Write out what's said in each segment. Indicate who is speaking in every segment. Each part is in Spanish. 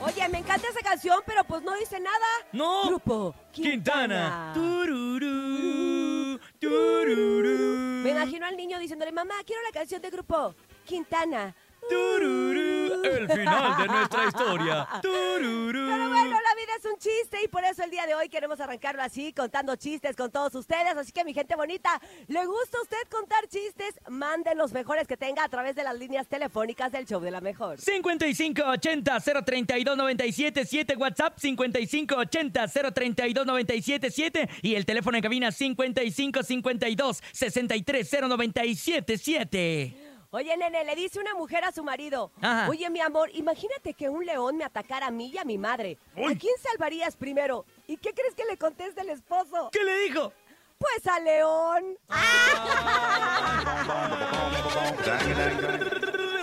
Speaker 1: Oye, me encanta esa canción, pero pues no dice nada.
Speaker 2: No.
Speaker 1: Grupo
Speaker 2: Quintana.
Speaker 1: Quintana.
Speaker 2: Tururú, tururú,
Speaker 1: Me imagino al niño diciéndole, mamá, quiero la canción de Grupo Quintana.
Speaker 2: tururú, El final de nuestra historia. Tururú.
Speaker 1: Pero bueno, la vida es un chiste y por eso el día de hoy queremos arrancarlo así, contando chistes con todos ustedes. Así que mi gente bonita, ¿le gusta a usted contar chistes? Manden los mejores que tenga a través de las líneas telefónicas del show de la mejor.
Speaker 2: 5580-032-977 WhatsApp 5580-032-977 y el teléfono en cabina 5552-630977.
Speaker 1: Oye, nene, le dice una mujer a su marido,
Speaker 2: Ajá.
Speaker 1: oye, mi amor, imagínate que un león me atacara a mí y a mi madre.
Speaker 2: Uy.
Speaker 1: ¿A quién salvarías primero? ¿Y qué crees que le contesta el esposo?
Speaker 2: ¿Qué le dijo?
Speaker 1: Pues a León.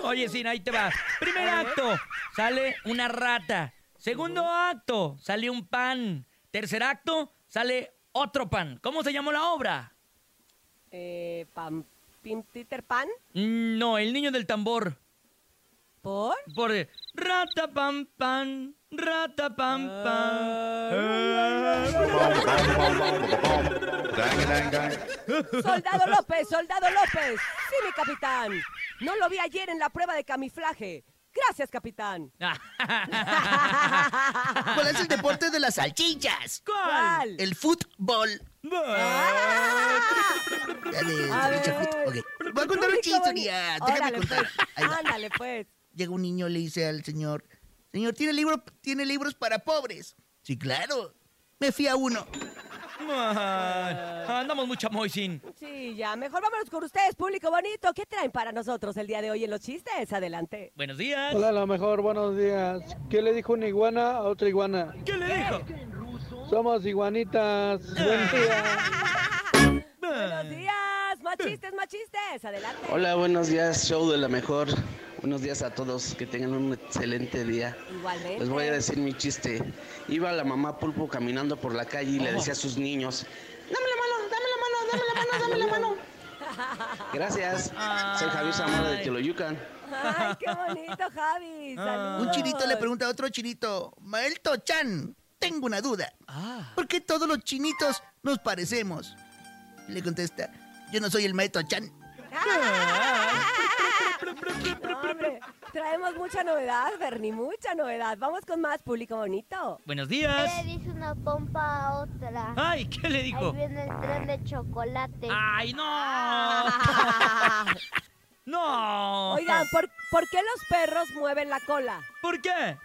Speaker 2: Oye, Sin, ahí te va. Primer acto, sale una rata. Segundo acto, sale un pan. Tercer acto, sale otro pan. ¿Cómo se llamó la obra?
Speaker 1: Eh, pam, pim, Peter Pan,
Speaker 2: Mm, No, el niño del tambor.
Speaker 1: ¿por?
Speaker 2: Por el rata pam pan, rata pam pan.
Speaker 1: Soldado López, soldado López. Sí, mi capitán. No lo vi ayer en la prueba de camuflaje. Gracias, capitán.
Speaker 3: ¿Cuál es el deporte de las salchichas?
Speaker 2: ¿Cuál?
Speaker 3: El fútbol. Ya de-
Speaker 1: Ah. A
Speaker 3: dicho
Speaker 1: ver.
Speaker 3: fútbol, ok. Voy a contar un
Speaker 1: Público
Speaker 3: chiste,
Speaker 1: bonito.
Speaker 3: ya. Déjame
Speaker 1: Órale,
Speaker 3: contar.
Speaker 1: pues.
Speaker 3: Ahí va.
Speaker 1: Ándale, pues.
Speaker 3: Llega un niño, le dice al señor, señor, ¿tiene, libro, ¿tiene libros para pobres? Sí, claro. Me fui a uno.
Speaker 2: Ay, Andamos mucha moisin.
Speaker 1: Sí, ya. Mejor vámonos con ustedes, público bonito. ¿Qué traen para nosotros el día de hoy en los chistes? Adelante.
Speaker 2: Buenos días.
Speaker 4: Hola, a lo mejor, buenos días. ¿Qué le dijo una iguana a otra iguana?
Speaker 2: ¿Qué le dijo?
Speaker 4: Somos iguanitas. Buen día.
Speaker 1: Buenos días. Más chistes, más chistes. Adelante.
Speaker 5: Hola, buenos días, show de la mejor. Buenos días a todos, que tengan un excelente día.
Speaker 1: Igualmente.
Speaker 5: Les voy a decir mi chiste. Iba la mamá pulpo caminando por la calle y le decía a sus niños, dame la mano, dame la mano, dame la mano, dame la mano. Gracias. Soy Javier Zamora de
Speaker 2: Ay.
Speaker 5: Teloyucan.
Speaker 1: Ay, qué bonito, Javi.
Speaker 3: Un chinito le
Speaker 1: Saludos.
Speaker 3: pregunta a otro chinito, Maelto Chan, tengo una duda.
Speaker 2: Ah,
Speaker 3: ¿Por qué todos los chinitos nos parecemos? Y le contesta, yo no soy el Maelto Chan.
Speaker 1: Ah. No, hombre, traemos mucha novedad, Bernie, mucha novedad. Vamos con más público bonito.
Speaker 2: buenos
Speaker 6: ¿Qué
Speaker 2: días.
Speaker 6: le dice una pompa a otra?
Speaker 2: Ay, ¿qué le
Speaker 6: Ahí
Speaker 2: dijo?
Speaker 6: viene el tren de chocolate.
Speaker 2: Ay, no. No.
Speaker 1: Oigan, ¿por, por qué los perros mueven la cola?
Speaker 2: ¿por qué?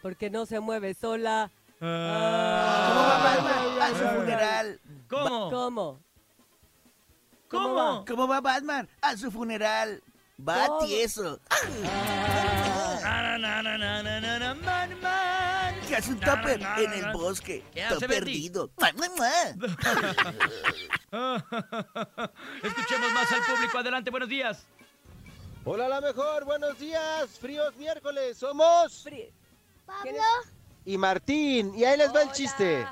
Speaker 1: Porque no se mueve sola.
Speaker 3: ¿Cómo va Batman a su funeral?
Speaker 2: ¿Cómo?
Speaker 1: ¿Cómo?
Speaker 2: ¿Cómo?
Speaker 3: ¿Cómo va Batman a su funeral? Va
Speaker 1: Todo.
Speaker 3: tieso.
Speaker 2: Na, na, na, na, na, na, na, man, man.
Speaker 3: Que hace un
Speaker 2: Na, na,
Speaker 3: topper
Speaker 2: na,
Speaker 3: en
Speaker 2: na,
Speaker 3: el
Speaker 2: na.
Speaker 3: bosque.
Speaker 2: ¿Qué
Speaker 3: Está
Speaker 2: hace, Betty?
Speaker 3: perdido. Mua, mua, mua.
Speaker 2: Escuchemos más al público. Adelante, buenos días.
Speaker 7: Hola, la mejor, buenos días, fríos miércoles, somos
Speaker 1: Fri-
Speaker 6: Pablo,
Speaker 1: ¿Quieres-
Speaker 7: y Martín, y ahí les va el
Speaker 1: Hola.
Speaker 7: chiste.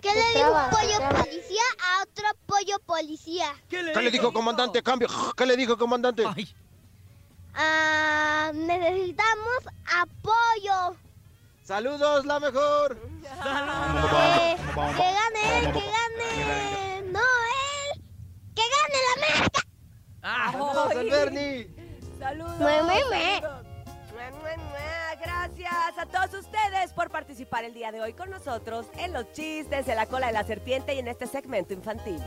Speaker 6: ¿qué le dijo un pollo policía a otro pollo policía?
Speaker 2: ¿Qué le
Speaker 7: ¿Qué le dijo comandante? Cambio, ¿qué le dijo comandante?
Speaker 2: Ay,
Speaker 6: Ah, necesitamos apoyo.
Speaker 7: Saludos, la mejor.
Speaker 6: Eh, que gane él, que gane. No, él. Que gane la América.
Speaker 2: ah,
Speaker 7: Saludos al
Speaker 1: Ay.
Speaker 7: Bernie.
Speaker 1: Saludos.
Speaker 6: Mue, mue, mue.
Speaker 1: saludos. Mue, mue, mue. Gracias a todos ustedes por participar el día de hoy con nosotros en los chistes, en la cola de la serpiente y en este segmento infantil.